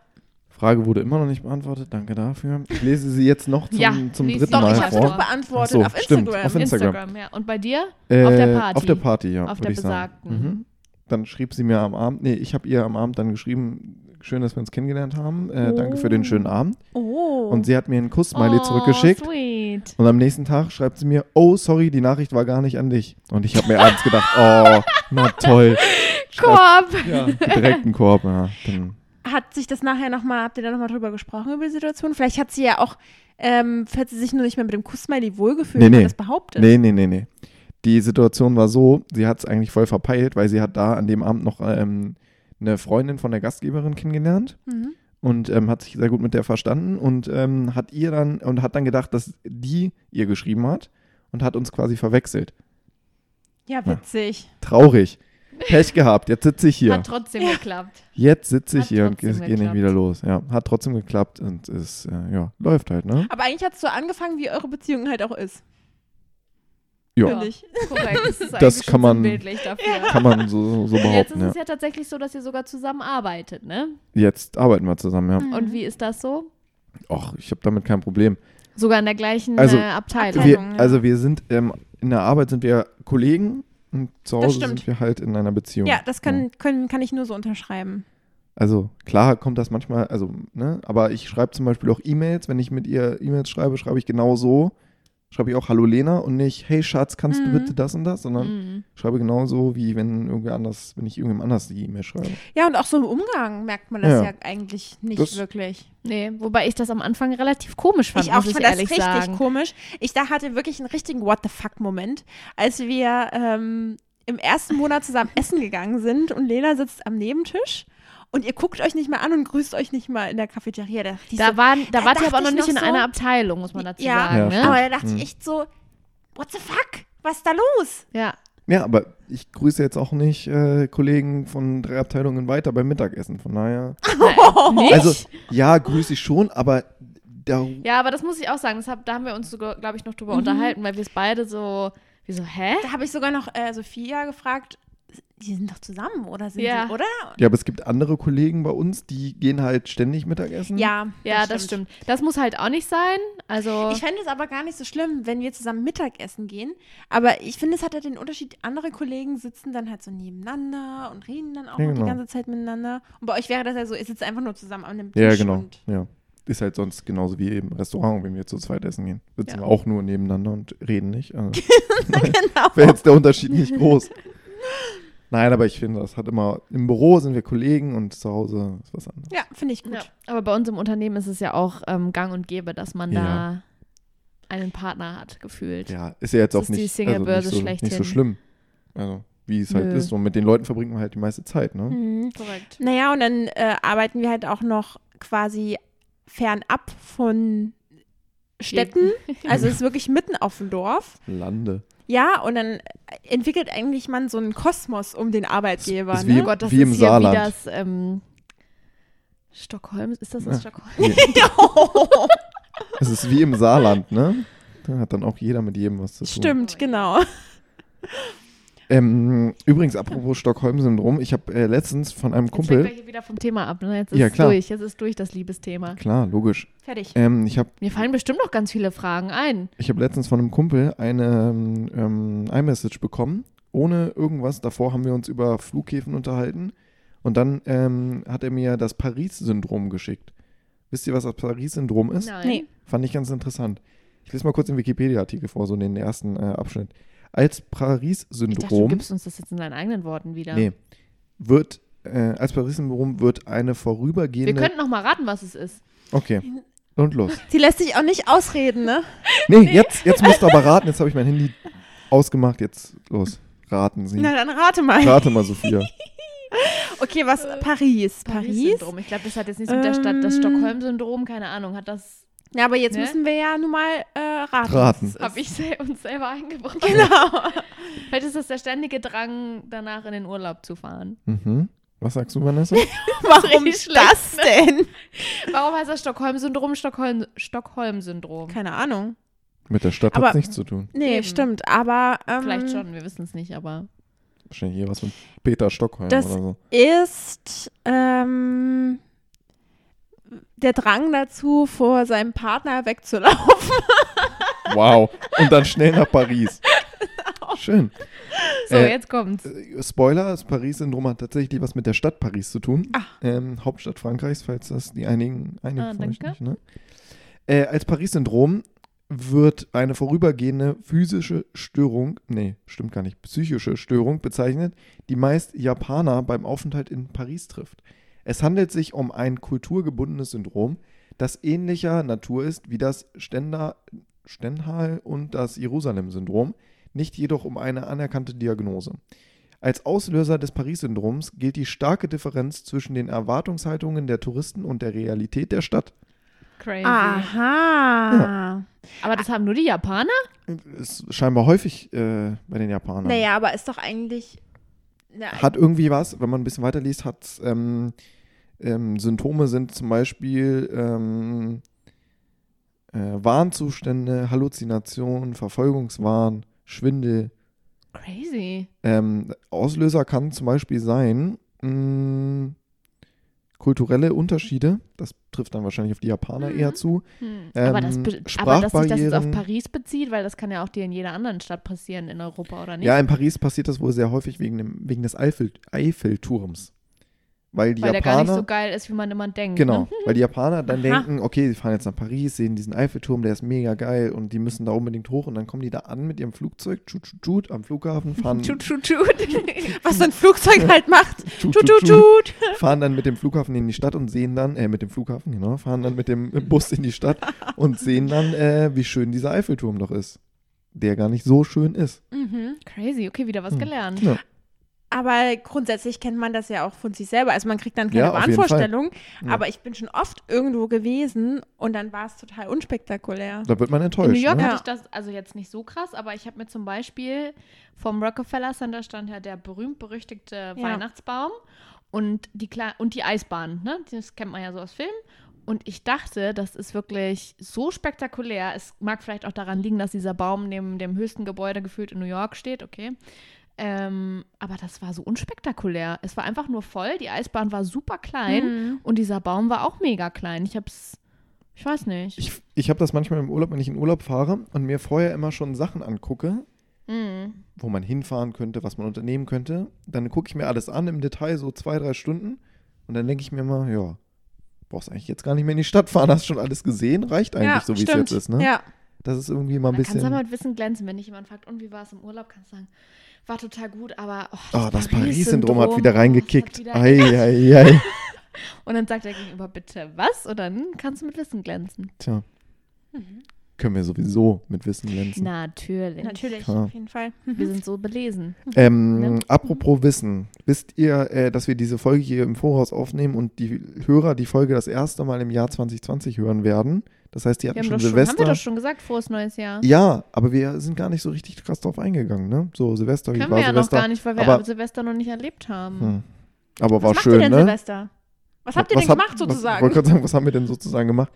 Frage wurde immer noch nicht beantwortet. Danke dafür. Ich lese sie jetzt noch zum, Ja, zum lies dritten doch, Mal ich ich habe hab's vor. doch doch beantwortet Ach so, auf stimmt, Instagram. auf Instagram. ja. Und bei dir? Äh, Auf der Party. Auf der Party, ja. Auf würd der ich sagen. besagten. Mhm. Dann schrieb sie mir am Abend, nee, ich habe ihr am Abend dann geschrieben, schön, dass wir uns kennengelernt haben. Äh, Danke für den Oh. schönen Abend. Oh. Und sie hat mir einen Kuss-Smiley oh, zurückgeschickt. Äh, Sweet. Und am nächsten Tag schreibt sie mir, oh, sorry, die Nachricht war gar nicht an dich. Und ich habe mir abends gedacht, oh, na toll. Schreibt- Korb. Ja, direkt einen Korb. Ja, dann, hat sich das nachher nochmal, habt ihr da nochmal drüber gesprochen über die Situation? Vielleicht hat sie ja auch, ähm, hat sie sich nur nicht mehr mit dem Kuss-Smiley wohlgefühlt, Nee, wie man nee. das behauptet. nee, nee, nee, nee. Die Situation war so, sie hat es eigentlich voll verpeilt, weil sie hat da an dem Abend noch ähm, eine Freundin von der Gastgeberin kennengelernt. Mhm. und ähm, hat sich sehr gut mit der verstanden und ähm, hat ihr dann und hat dann gedacht, dass die ihr geschrieben hat und hat uns quasi verwechselt. Ja, witzig. Traurig. Pech gehabt. Jetzt sitze ich hier. Hat trotzdem Ja. geklappt. Jetzt sitze ich hat hier und trotzdem es geht nicht geklappt. wieder los. Ja, hat trotzdem geklappt und es äh, ja, läuft halt, ne? Aber eigentlich hat es so angefangen, wie eure Beziehung halt auch ist. Ja. Finde ich. Korrekt. Das, ist Das eigentlich kann schon man- sinnbildlich dafür. Kann man so, so, so Jetzt ist behaupten, ja. es ja tatsächlich so, dass ihr sogar zusammenarbeitet, ne? Jetzt arbeiten wir zusammen, Mhm. ja. Und wie ist das so? Och, ich habe damit kein Problem. Sogar in der gleichen Also, äh, Abteilung. Wir, Trennung, ja. also wir sind, ähm, in der Arbeit sind wir Kollegen und zu Das Hause stimmt. sind wir halt in einer Beziehung. Ja, das kann, können, kann ich nur so unterschreiben. Also klar kommt das manchmal, also, ne, aber ich schreibe zum Beispiel auch E-Mails, wenn ich mit ihr E-Mails schreibe, schreibe ich genau so, schreibe ich auch Hallo Lena und nicht, hey Schatz, kannst Mhm. du bitte das und das, sondern Mhm. schreibe genau so, wie wenn irgendwer anders, wenn ich irgendjemand anders die E-Mail schreibe. Ja, und auch so im Umgang merkt man das ja, Ja. eigentlich nicht Das- wirklich. Nee, wobei ich das am Anfang relativ komisch fand, ich auch muss ich das ehrlich richtig sagen. komisch. Ich da hatte wirklich einen richtigen What the fuck-Moment, als wir ähm, im ersten Monat zusammen essen gegangen sind und Lena sitzt am Nebentisch und ihr guckt euch nicht mehr an und grüßt euch nicht mal in der Cafeteria. Da, dachte ich so, Da, waren, da Da wart ihr aber dachte auch noch ich nicht noch in so- einer Abteilung, muss man dazu Ja. sagen. Ja, ne? aber da dachte Mhm. ich echt so, what the fuck? Was ist da los? ja. Ja, aber ich grüße jetzt auch nicht äh, Kollegen von drei Abteilungen weiter beim Mittagessen, von daher. Oh. Nein, nicht? Also ja, grüße ich schon, aber da, ja, aber das muss ich auch sagen. Das hab, da haben wir uns, glaube ich, noch drüber unterhalten, weil wir es beide so, wie so, hä? Da habe ich sogar noch äh, Sophia gefragt, die sind doch zusammen, oder sind Ja. die, oder? Ja, aber es gibt andere Kollegen bei uns, die gehen halt ständig Mittagessen. Ja, Mhm. Ja, das stimmt. Das muss halt auch nicht sein. Also, Ich fände es aber gar nicht so schlimm, wenn wir zusammen Mittagessen gehen. Aber ich finde, es hat ja den Unterschied, andere Kollegen sitzen dann halt so nebeneinander und reden dann auch Ja, noch genau. die ganze Zeit miteinander. Und bei euch wäre das ja so, ihr sitzt einfach nur zusammen an einem Tisch. Ja, genau. Und Ja. Ist halt sonst genauso wie im Restaurant, wenn wir zu zweit essen gehen. Sitzen Ja. wir auch nur nebeneinander und reden nicht. Also genau. wäre jetzt der Unterschied nicht groß. Nein, aber ich finde, das hat immer, im Büro sind wir Kollegen und zu Hause ist was anderes. Ja, finde ich gut. ja. aber bei uns im Unternehmen ist es ja auch ähm, gang und gäbe, dass man Ja. da einen Partner hat, gefühlt. Ja, ist ja jetzt Das auch ist die nicht, also Single-Börse nicht, so, nicht so schlechthin. schlimm. Also, wie es halt Nö. ist. Und mit den Leuten verbringt man halt die meiste Zeit, ne? Mhm. Korrekt. Naja, und dann äh, arbeiten wir halt auch noch quasi fernab von Städten. Also es ist wirklich mitten auf dem Dorf. Hm. Lande. Ja, und dann entwickelt eigentlich man so einen Kosmos um den Arbeitgeber. Ist ne? Oh Gott, das Wie ist im hier Saarland. wie das ähm, Stockholm. Ist das das Ja. Stockholm? Nee, Ja. Es ist wie im Saarland, ne? Da hat dann auch jeder mit jedem was zu tun. Stimmt, genau. Ähm, übrigens, apropos Stockholm-Syndrom, ich habe äh, letztens von einem Jetzt schwenken wir Kumpel. hier wieder vom Thema ab. Ne? Jetzt ist Ja, es klar. durch. Jetzt ist durch das Liebesthema. Klar, logisch. Fertig. Ähm, ich habe Mir fallen bestimmt noch ganz viele Fragen ein. ich hab letztens von einem Kumpel eine ähm, iMessage bekommen, ohne irgendwas. Davor haben wir uns über Flughäfen unterhalten. Und dann ähm, hat er mir das Paris-Syndrom geschickt. Wisst ihr, was das Paris-Syndrom ist? Nein. Nee. Fand ich ganz interessant. Ich lese mal kurz den Wikipedia-Artikel vor, so in den ersten äh, Abschnitt. Als Ich dachte, du Paris-Syndrom. gibst uns das jetzt in deinen eigenen Worten wieder. Nee. Wird, äh, als Paris-Syndrom wird eine vorübergehende. Wir könnten noch mal raten, was es ist. Okay. Und los. Sie lässt sich auch nicht ausreden, ne? Nee, Jetzt, jetzt musst du aber raten. Jetzt habe ich mein Handy ausgemacht. Jetzt los. Raten Sie. Na, dann rate mal. Rate mal, Sophia. Okay, was? Paris. Paris? Paris-Syndrom. Ich glaube, das hat jetzt nichts mit der Stadt. Das Ähm. Stockholm-Syndrom, keine Ahnung, hat das. Ja, aber jetzt Ne? müssen wir ja nun mal äh, raten. Raten. was es ist. Habe ich sel uns selber eingebracht. Genau. Vielleicht ist das der ständige Drang, danach in den Urlaub zu fahren. Mhm. Was sagst du, Vanessa? Warum Richtig schlecht, ne? das denn? Warum heißt das Stockholm-Syndrom Stockholm- Stockholm-Syndrom? Keine Ahnung. Mit der Stadt hat Aber- es nichts zu tun. Nee, Eben. stimmt. Aber ähm, Vielleicht schon, wir wissen es nicht, aber. Wahrscheinlich hier was mit Peter Stockholm Das- oder so. ist ähm, der Drang dazu, vor seinem Partner wegzulaufen. Wow. Und dann schnell nach Paris. Schön. So, Äh, jetzt kommt's. Äh, Spoiler, das Paris-Syndrom hat tatsächlich was mit der Stadt Paris zu tun. Ah. Ähm, Hauptstadt Frankreichs, falls das die einigen, einige Ah, von euch danke. nicht. Ne? Äh, als Paris-Syndrom wird eine vorübergehende physische Störung, nee, stimmt gar nicht, psychische Störung bezeichnet, die meist Japaner beim Aufenthalt in Paris trifft. Es handelt sich um ein kulturgebundenes Syndrom, das ähnlicher Natur ist wie das Stender, Stendhal und das Jerusalem-Syndrom, nicht jedoch um eine anerkannte Diagnose. Als Auslöser des Paris-Syndroms gilt die starke Differenz zwischen den Erwartungshaltungen der Touristen und der Realität der Stadt. Crazy. ah. Aha. Aber das haben nur die Japaner? Ist scheinbar häufig äh, bei den Japanern. Naja, aber ist doch eigentlich. ne, Na, Hat irgendwie was, wenn man ein bisschen weiterliest, hat ähm, ähm, Symptome sind zum Beispiel ähm, äh, Warnzustände, Halluzinationen, Verfolgungswahn, Schwindel. Crazy. Ähm, Auslöser kann zum Beispiel sein mh, kulturelle Unterschiede. Das trifft dann wahrscheinlich auf die Japaner Mhm. eher zu. Hm. Ähm, aber, das be- aber dass sich das jetzt auf Sprachbarrieren- Paris bezieht, weil das kann ja auch dir in jeder anderen Stadt passieren in Europa oder nicht. Ja, in Paris passiert das wohl sehr häufig wegen, dem, wegen des Eiffel, Eiffelturms. Weil die weil der gar Japaner. nicht so geil ist, wie man immer denkt. Genau, Ne? weil die Japaner dann Aha. denken, okay, sie fahren jetzt nach Paris, sehen diesen Eiffelturm, der ist mega geil und die müssen da unbedingt hoch und dann kommen die da an mit ihrem Flugzeug, tschut, tschut, tschut, am Flughafen, fahren, Tschut, tschut, tschut. was so ein Flugzeug halt macht. tschut, Tut, tschut, tut, tschut, tut. fahren dann mit dem Flughafen in die Stadt und sehen dann, äh, mit dem Flughafen, genau, fahren dann mit dem Bus in die Stadt und sehen dann, äh, wie schön dieser Eiffelturm doch ist, der gar nicht so schön ist. Mhm. Crazy, okay, wieder was Hm. gelernt. Ja. Aber grundsätzlich kennt man das ja auch von sich selber. Also man kriegt dann keine Ja, auf jeden Wahnvorstellung. Ja. Aber ich bin schon oft irgendwo gewesen und dann war es total unspektakulär. Da wird man In enttäuscht. New York ne? hatte ich das, also jetzt nicht so krass, aber ich habe mir zum Beispiel vom Rockefeller Center stand ja der berühmt-berüchtigte Weihnachtsbaum und die, Kle und die Eisbahn, ne? das kennt man ja so aus Filmen. Und ich dachte, das ist wirklich so spektakulär. Es mag vielleicht auch daran liegen, dass dieser Baum neben dem höchsten Gebäude gefühlt in New York steht, okay. Ähm, aber das war so unspektakulär. Es war einfach nur voll, die Eisbahn war super klein und dieser Baum war auch mega klein. Ich hab's, ich weiß nicht. Ich, ich habe das manchmal im Urlaub, wenn ich in Urlaub fahre und mir vorher immer schon Sachen angucke, Mhm. wo man hinfahren könnte, was man unternehmen könnte. Dann gucke ich mir alles an im Detail, so zwei, drei Stunden. Und dann denke ich mir immer, ja, brauchst eigentlich jetzt gar nicht mehr in die Stadt fahren, hast schon alles gesehen, reicht eigentlich so, wie es stimmt. jetzt ist. Ne? Ja, Das ist irgendwie mal ein Man kann bisschen. aber mit Wissen glänzen, wenn dich jemand fragt, und wie war es im Urlaub, kannst du sagen, war total gut, aber Oh, das Paris-Syndrom Paris-Syndrom, hat wieder oh, reingekickt. das hat wieder- Ei, ei, ei. Und dann sagt der Gegenüber, bitte was? Und dann kannst du mit Wissen glänzen. Tja. Mhm. Können wir sowieso mit Wissen glänzen. Natürlich. natürlich, Klar. auf jeden Fall. Wir sind so belesen. Ähm, Ne? Apropos Wissen. Wisst ihr, äh, dass wir diese Folge hier im Voraus aufnehmen und die Hörer die Folge das erste Mal im Jahr 2020 hören werden? Das heißt, die hatten Wir haben, schon doch schon, haben wir Silvester. doch schon gesagt, frohes neues Jahr. Ja, aber wir sind gar nicht so richtig krass drauf eingegangen, ne? So Silvester, wie Können war wir ja noch Silvester? gar nicht, weil wir aber- Silvester noch nicht erlebt haben. Hm. Aber Was war macht schön, ihr denn ne? Silvester? Was habt ihr denn hab- gemacht Was, ich sozusagen? wollte gerade sagen, was haben wir denn sozusagen gemacht?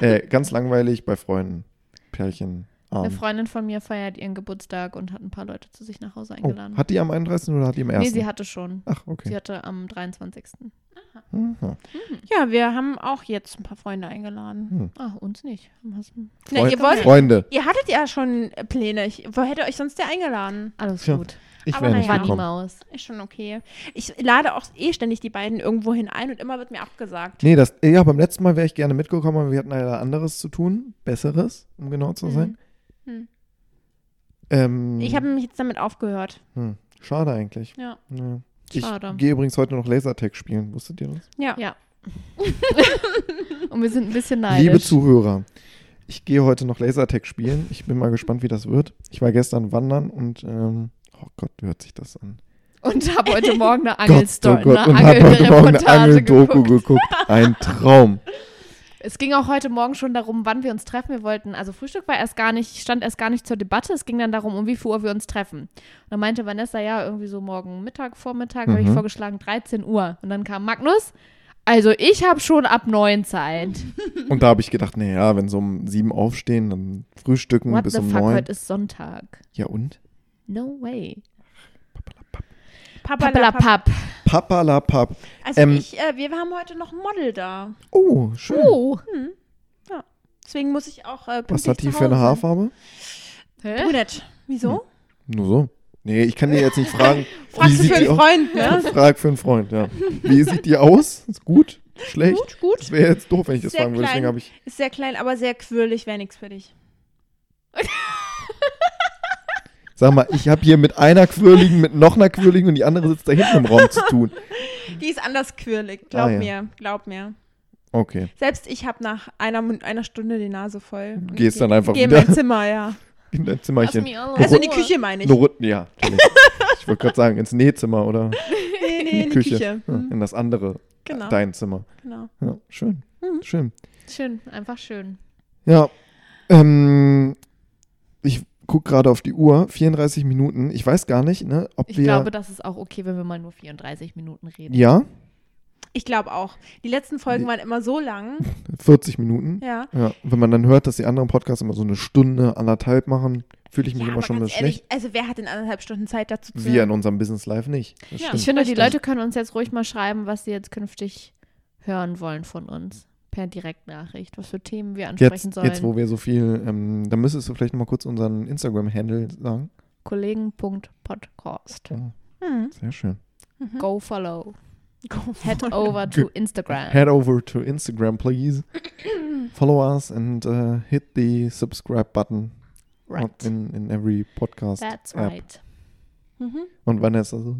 äh, ganz langweilig bei Freunden, Pärchen, Eine Arm. Freundin von mir feiert ihren Geburtstag und hat ein paar Leute zu sich nach Hause Oh, eingeladen. hat die am 31. oder hat die am 1.? nee, sie hatte schon. Ach, Sie okay. hatte am 23. Mhm. ja, wir haben auch jetzt ein paar Freunde eingeladen. Ah, uns nicht. Was- Na, ihr, Freu- wolltet, Hm. Freunde, ihr hattet ja schon äh, Pläne. Ich, wo hätte euch sonst der eingeladen? Alles Tja. gut. ich Aber wäre nicht naja. War die gekommen. Maus. Ist schon okay. Ich lade auch eh ständig die beiden irgendwo hin ein und immer wird mir abgesagt. Nee, das, äh, ja, beim letzten Mal wäre ich gerne mitgekommen, aber wir hatten leider anderes zu tun, besseres, um genau zu sein. Hm. Ähm, Ich habe mich jetzt damit aufgehört. hm, schade eigentlich. Ja. Ja. Ich Schade. gehe übrigens heute noch Lasertag spielen, wusstet ihr das? Ja. Ja. Und wir sind ein bisschen neidisch. Liebe Zuhörer, ich gehe heute noch Lasertag spielen. Ich bin mal gespannt, wie das wird. Ich war gestern wandern und ähm, oh Gott, wie hört sich das an? Und habe heute Morgen eine Gott, Angelstory, oh ne? Gott, eine und habe heute Morgen eine Angelreportage Angeldoku geguckt. geguckt. Ein Traum. Es ging auch heute Morgen schon darum, wann wir uns treffen. Wir wollten, also Frühstück war erst gar nicht, stand erst gar nicht zur Debatte. Es ging dann darum, um wie viel Uhr wir uns treffen. Und dann meinte Vanessa, ja, irgendwie so morgen Mittag, Vormittag, habe ich Mhm. vorgeschlagen, 13 Uhr. Und dann kam Magnus, also ich habe schon ab 9 Zeit. Und da habe ich gedacht, naja, wenn so um sieben aufstehen, dann frühstücken What bis the um fuck, neun. heute ist Sonntag. Ja und? No way. Papa, Pappalapapp. Papalapap. Also Ähm, ich, äh, wir haben heute noch ein Model da. Oh, schön. Oh. Deswegen muss Uh, ich auch äh, Was pünktlich hat die zu für eine Hause sein. Haarfarbe? Hä? Brunett. Wieso? Nur so. Nee, ich kann dir jetzt nicht fragen. wie Fragst du sieht für die einen aus? Freund, ne? Frag für einen Freund, ja. Wie sieht die aus? Ist gut? Schlecht? gut, gut. Das wäre jetzt doof, wenn ich das Sehr fragen würde. Deswegen klein. habe ich Ist sehr klein, aber sehr quirlig, wäre nichts für dich. Sag mal, ich habe hier mit einer Quirligen, mit noch einer Quirligen und die andere sitzt da hinten im Raum zu tun. Die ist anders quirlig, glaub Ah, ja. mir, glaub mir. Okay. Selbst ich habe nach einer, Mun- einer Stunde die Nase voll. Und Gehst ich dann einfach geh in wieder. mein Zimmer, ja. In dein Zimmerchen. Also in die oh. Ruhe. Küche meine ich. Eine Ru- ja, natürlich. Ich wollte gerade sagen, ins Nähzimmer oder Nee, nee, in die Küche. Ja, Hm, in das andere, Genau, Mhm. dein Zimmer. genau. Ja, schön. Schön. Schön, einfach schön. Ja. Ähm, ich gucke gerade auf die Uhr. 34 Minuten. Ich weiß gar nicht, ne, ob Ich wir. glaube, das ist auch okay, wenn wir mal nur 34 Minuten reden. ja, Ich glaube auch. Die letzten Folgen waren immer so lang. 40 Minuten. Ja. Ja. wenn man dann hört, dass die anderen Podcasts immer so eine Stunde, anderthalb machen, fühle ich mich ja, immer aber schon ein ganz bisschen schlecht. ehrlich, also wer hat in anderthalb Stunden Zeit dazu zu Wir in unserem Business Life nicht. Das Ja. stimmt. Also Ich finde, die Richtig. Leute können uns jetzt ruhig mal schreiben, was sie jetzt künftig hören wollen von uns. Per Direktnachricht, was für Themen wir ansprechen Jetzt, sollen. jetzt, wo wir so viel, ähm, dann müsstest du vielleicht noch mal kurz unseren Instagram-Handle sagen. Kollegen.podcast. Hm. mhm. Sehr schön. Go follow. Go Head for it. over to Instagram. Head over to Instagram, please. Follow us and uh, hit the subscribe button Right. in, in every podcast. That's App. right. Mhm. Und Vanessa so.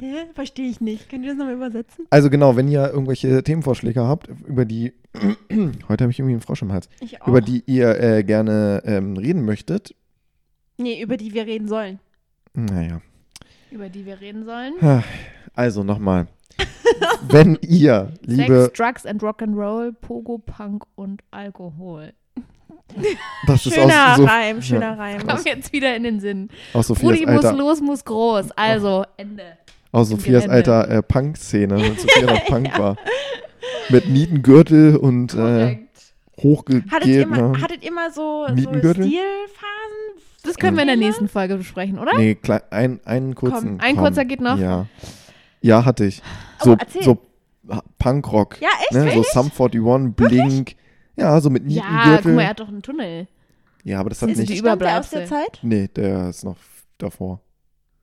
Hä? Verstehe ich nicht. Könnt ihr das nochmal übersetzen? Also genau, wenn ihr irgendwelche Themenvorschläge habt, über die, heute habe ich irgendwie einen Frosch im Hals, Ich auch. Oh. über die ihr äh, gerne ähm, reden möchtet, nee, über die wir reden sollen. naja, Über die wir reden sollen. also nochmal. wenn ihr, liebe, Sex, Drugs and Rock'n'Roll, Pogo, Punk und Alkohol. das ist Schöner aus, so, Reim, schöner Reim. Kam jetzt wieder in den Sinn. aus Sophias Rudi muss Alter los, muss groß. Also, Ende. Aus Im Sophias Gelände. alter äh, Punk-Szene, wenn Sophia noch Punk war. Mit Nietengürtel und äh, ne? Korrekt. hochgegebener. Hattet ihr, mal, hattet ihr mal so, so Mietengürtel? Stilphasen, Das können wir in der nächsten Folge besprechen, oder? Nee, klei- ein, einen kurzen. Komm, ein kurzer geht noch. Ja, ja hatte ich. So, Oh, erzähl. so ha- Punkrock. Ja, echt? ne? So Sum 41, Blink. Ja, so mit Ja, guck Nietengürtel. mal, Ja, er hat doch einen Tunnel. aber das hat Ist die nicht. Ü- Überbleibsel. Stammt der aus der Zeit? Nee, der ist noch davor,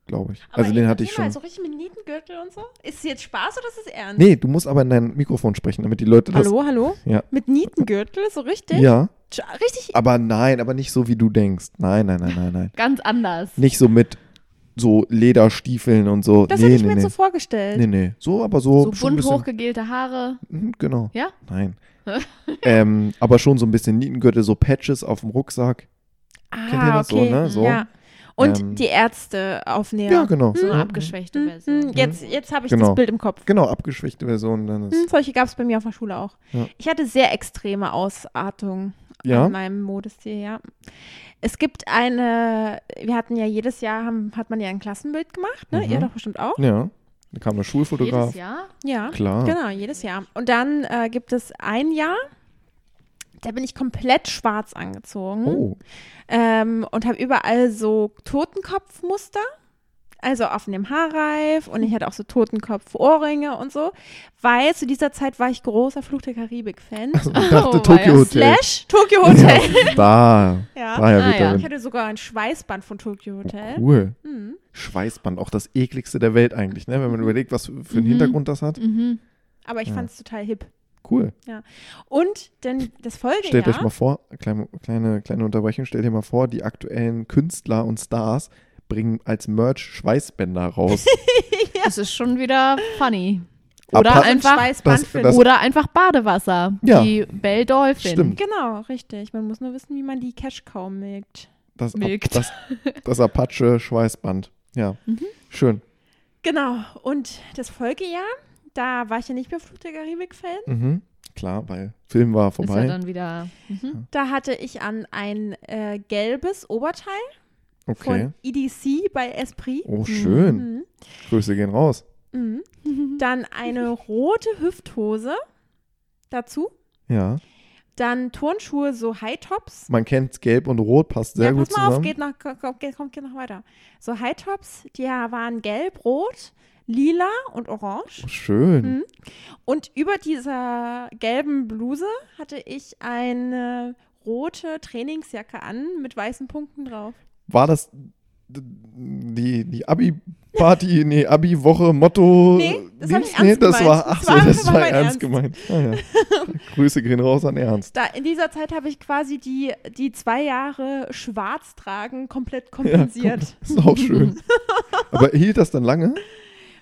glaube ich. Aber also den ey, hatte ich erzähl schon. Mal, so richtig mit Nietengürtel und so? Ist es jetzt Spaß oder ist es also- ernst? Nee, du musst aber in dein Mikrofon sprechen, damit die Leute das. Hallo, hallo? Ja. Mit Nietengürtel, so richtig? Ja, Tsch- Richtig? aber nein, aber nicht so, wie du denkst. Nein, nein, nein, nein, nein. Ganz anders. Nicht so mit so Lederstiefeln und so. Das nee, hätte ich nee, mir nee. jetzt so vorgestellt. Nee, nee. So, aber so. schon So ein bunt bisschen- hochgegelte Haare. Mhm, Genau. Ja? Nein. ähm, aber schon so ein bisschen Nietengürtel, so Patches auf dem Rucksack. Ah, Kennt ihr das so, okay. ne? So. Ja. Und Ähm. die Ärzte aufnehmen. Ja, genau. So Mhm. eine abgeschwächte Version. Jetzt, jetzt habe ich Genau. das Bild im Kopf. Genau, abgeschwächte Version. Dann ist, Hm, solche gab es bei mir auf der Schule auch. Ja. Ich hatte sehr extreme Ausartungen Ja? in meinem Modestil, ja. Es gibt eine, wir hatten ja jedes Jahr, haben, hat man ja ein Klassenbild gemacht, ne? Mhm. Ihr doch bestimmt auch. Ja. Da kam der Jedes Schulfotograf. Jahr? Ja. Klar. Genau, jedes Jahr. Und dann äh, gibt es ein Jahr, da bin ich komplett schwarz angezogen Oh, ähm, und habe überall so Totenkopfmuster, also auf dem Haarreif und Mhm. ich hatte auch so Totenkopf-Ohrringe und so, weil zu dieser Zeit war ich großer Fluch der Karibik-Fan. ich dachte Oh, Tokyo weia. Hotel. Slash Tokyo Hotel. Ja, da. Ja. Daher Ah, wird ja. er Ich hatte sogar ein Schweißband von Tokyo Hotel. Cool. Mhm. Schweißband, auch das ekligste der Welt eigentlich, ne? Wenn man überlegt, was für einen Mhm. Hintergrund das hat. Mhm. Aber ich Ja. fand es total hip. Cool. Und denn das Folgejahr. Stellt euch mal vor, kleine, kleine, kleine Unterbrechung, stellt ihr mal vor, die aktuellen Künstler und Stars bringen als Merch Schweißbänder raus. Das ist schon wieder funny. Aber Oder pass- einfach, Schweißband das- für das- oder einfach Badewasser. Ja. Die Bell Dolphin. Stimmt. Genau, richtig. Man muss nur wissen, wie man die Cash Cow milkt. Das, Ap- Milkt. das, das Apache-Schweißband. Ja. Mhm. Schön. Genau. Und das Folgejahr, da war ich ja nicht mehr Flut der Karibik-Fan. Mhm. Klar, weil Film war Ist vorbei. ja dann wieder. Mhm. Da hatte ich an ein äh, gelbes Oberteil okay. von EDC bei Esprit. Oh, schön. Mhm. Grüße gehen raus. Mhm. Dann eine rote Hüfthose dazu. Ja. Dann Turnschuhe, so High-Tops. Man kennt gelb und rot, passt sehr ja, gut pass mal zusammen. auf, geht noch, kommt, geht, kommt, geht noch weiter. So High-Tops, die waren gelb, rot, lila und orange. Oh, schön. Mhm. Und über dieser gelben Bluse hatte ich eine rote Trainingsjacke an mit weißen Punkten drauf. War das d- die, die Abi-Party, nee, Abi-Woche, Motto? Nee, das hab ich Dings? ernst nee, das gemeint. war, ach Das so, war- das das war, war mein ernst Ernst. gemeint. Ah, ja. Grüße gehen raus an Ernst. Da, in dieser Zeit habe ich quasi die, die zwei Jahre schwarz tragen komplett kompensiert. Ist auch schön. Aber hielt das dann lange?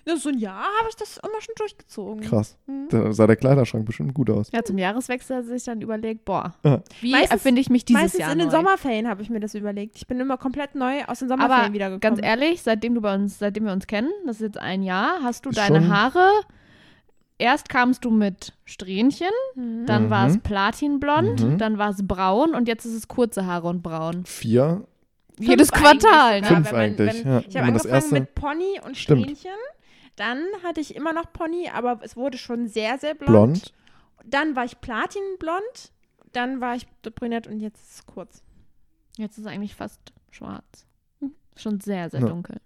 Na, So ein Jahr habe ich das immer schon durchgezogen. Krass. Mhm. Da sah der Kleiderschrank bestimmt gut aus. Ja, zum Jahreswechsel hat sich dann überlegt, boah, Ja. wie Meistens- erfinde ich mich dieses Meistens Jahr in den neu? Sommerferien habe ich mir das überlegt. Ich bin immer komplett neu aus den Sommerferien Aber wiedergekommen. ganz ehrlich, seitdem du bei uns, seitdem wir uns kennen, das ist jetzt ein Jahr, hast du Ist deine schon- Haare. Erst kamst du mit Strähnchen, Mhm. dann Mhm. war es platinblond, Mhm. dann war es braun und jetzt ist es kurze Haare und braun. Vier, Fünf Jedes eigentlich Quartal, ne? sogar, fünf wenn man- eigentlich. wenn- ja. Ich Wenn habe man das angefangen erste, mit Pony und Stimmt. Strähnchen. Dann hatte ich immer noch Pony, aber es wurde schon sehr, sehr blond. blond. Dann war ich platinblond, dann war ich brünett und jetzt ist es kurz. Jetzt ist es eigentlich fast schwarz. Mhm. Schon sehr, sehr Ja. dunkel.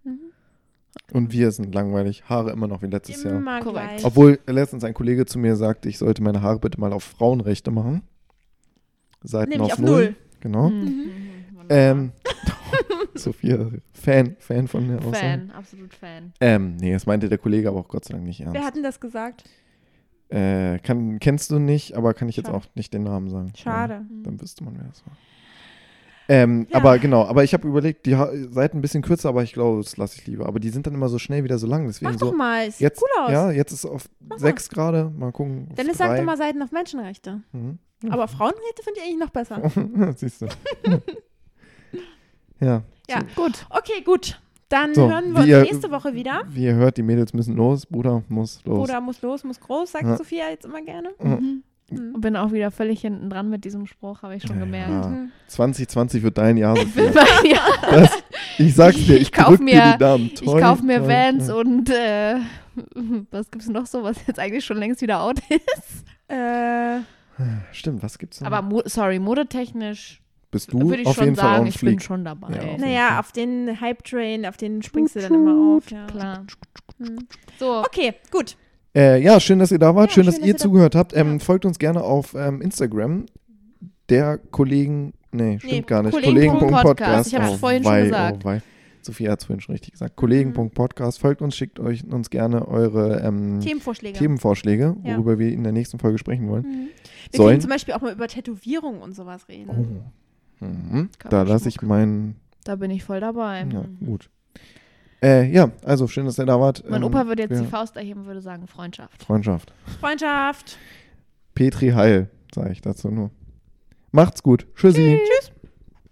Und wir sind langweilig. Haare immer noch wie letztes Jahr. Immer Korrekt. gleich. Obwohl letztens ein Kollege zu mir sagte, ich sollte meine Haare bitte mal auf Frauenrechte machen. Seiten Nämlich auf Null. Mhm. Genau. Mhm. Ähm, Sophia, Fan, Fan von der Aussage. Fan, absolut Fan. Ähm, nee, das meinte der Kollege aber auch Gott sei Dank nicht ernst. Wer hat denn das gesagt? äh, kann, kennst du nicht, aber kann ich jetzt Schade. auch nicht den Namen sagen. Schade. Ja, dann wüsste man, wer das war. Ähm, Ja. Aber genau, aber ich habe überlegt, die Ha- Seiten ein bisschen kürzer, aber ich glaube, das lasse ich lieber. Aber die sind dann immer so schnell wieder so lang, deswegen Mach so. doch mal, es sieht Jetzt, cool aus. Ja, jetzt ist auf mal. sechs gerade. Mal gucken. auf Dennis sagt drei. immer Seiten auf Menschenrechte. Mhm. Aber Frauenrechte finde ich eigentlich noch besser. Hm? Siehst du. ja. Ja. Gut. Okay, gut. Dann So, hören wir wir- uns nächste Woche wieder. Wie ihr hört, die Mädels müssen los. Bruder muss los. Oder muss los, muss groß, sagt Ja. Sophia jetzt immer gerne. Und bin auch wieder völlig hinten dran mit diesem Spruch, habe ich schon Mhm. Ja, gemerkt. hm. Ah. Mhm. 2020 wird dein Jahr, Sophia. Ja, Das, ich sag's dir, ich, Ich kauf drück dir mir- die Daumen. ich Toi, kaufe mir toi, Vans toi. und äh, was gibt's noch so, was jetzt eigentlich schon längst wieder out ist. Äh, Stimmt, was gibt's noch? Aber mo sorry, modetechnisch bist Mhm. du Würde ich auf schon jeden sagen, Fall on ich bin fleek. schon dabei. Ja, auf jeden Naja, Fall. auf den Hype-Train, auf den springst du dann immer auf. Ja. Klar. Hm. So, Okay, gut. Äh, ja, schön, dass ihr da wart. Ja, schön, dass schön, ihr dass ihr da- zugehört habt. Ähm, Ja. Folgt uns gerne auf ähm, Instagram. Der Kollegen. Nee, stimmt gar nicht. Kollegen.podcast. Kollegen.podcast. Ich hab's oh, vorhin schon wei, gesagt. Hm. Oh, wei. Sophia hat es vorhin schon richtig gesagt. Kollegen.podcast. Folgt uns, schickt euch, uns gerne eure ähm, Themenvorschläge. Themenvorschläge, Ja. worüber wir in der nächsten Folge sprechen wollen. Mhm. Wir Sollen- können zum Beispiel auch mal über Tätowierungen und sowas reden. Oh. Mhm. Hm. Kann Da man lasse ich schmucken. meinen. da bin ich voll dabei. Ja, Mhm. gut. Äh, ja, also schön, dass ihr da wart. Mein Ähm, Opa würde jetzt ja, die Faust erheben und würde sagen, Freundschaft. Freundschaft. Freundschaft. Petri Heil, sage ich dazu nur. Macht's gut. Tschüssi. Tschüss.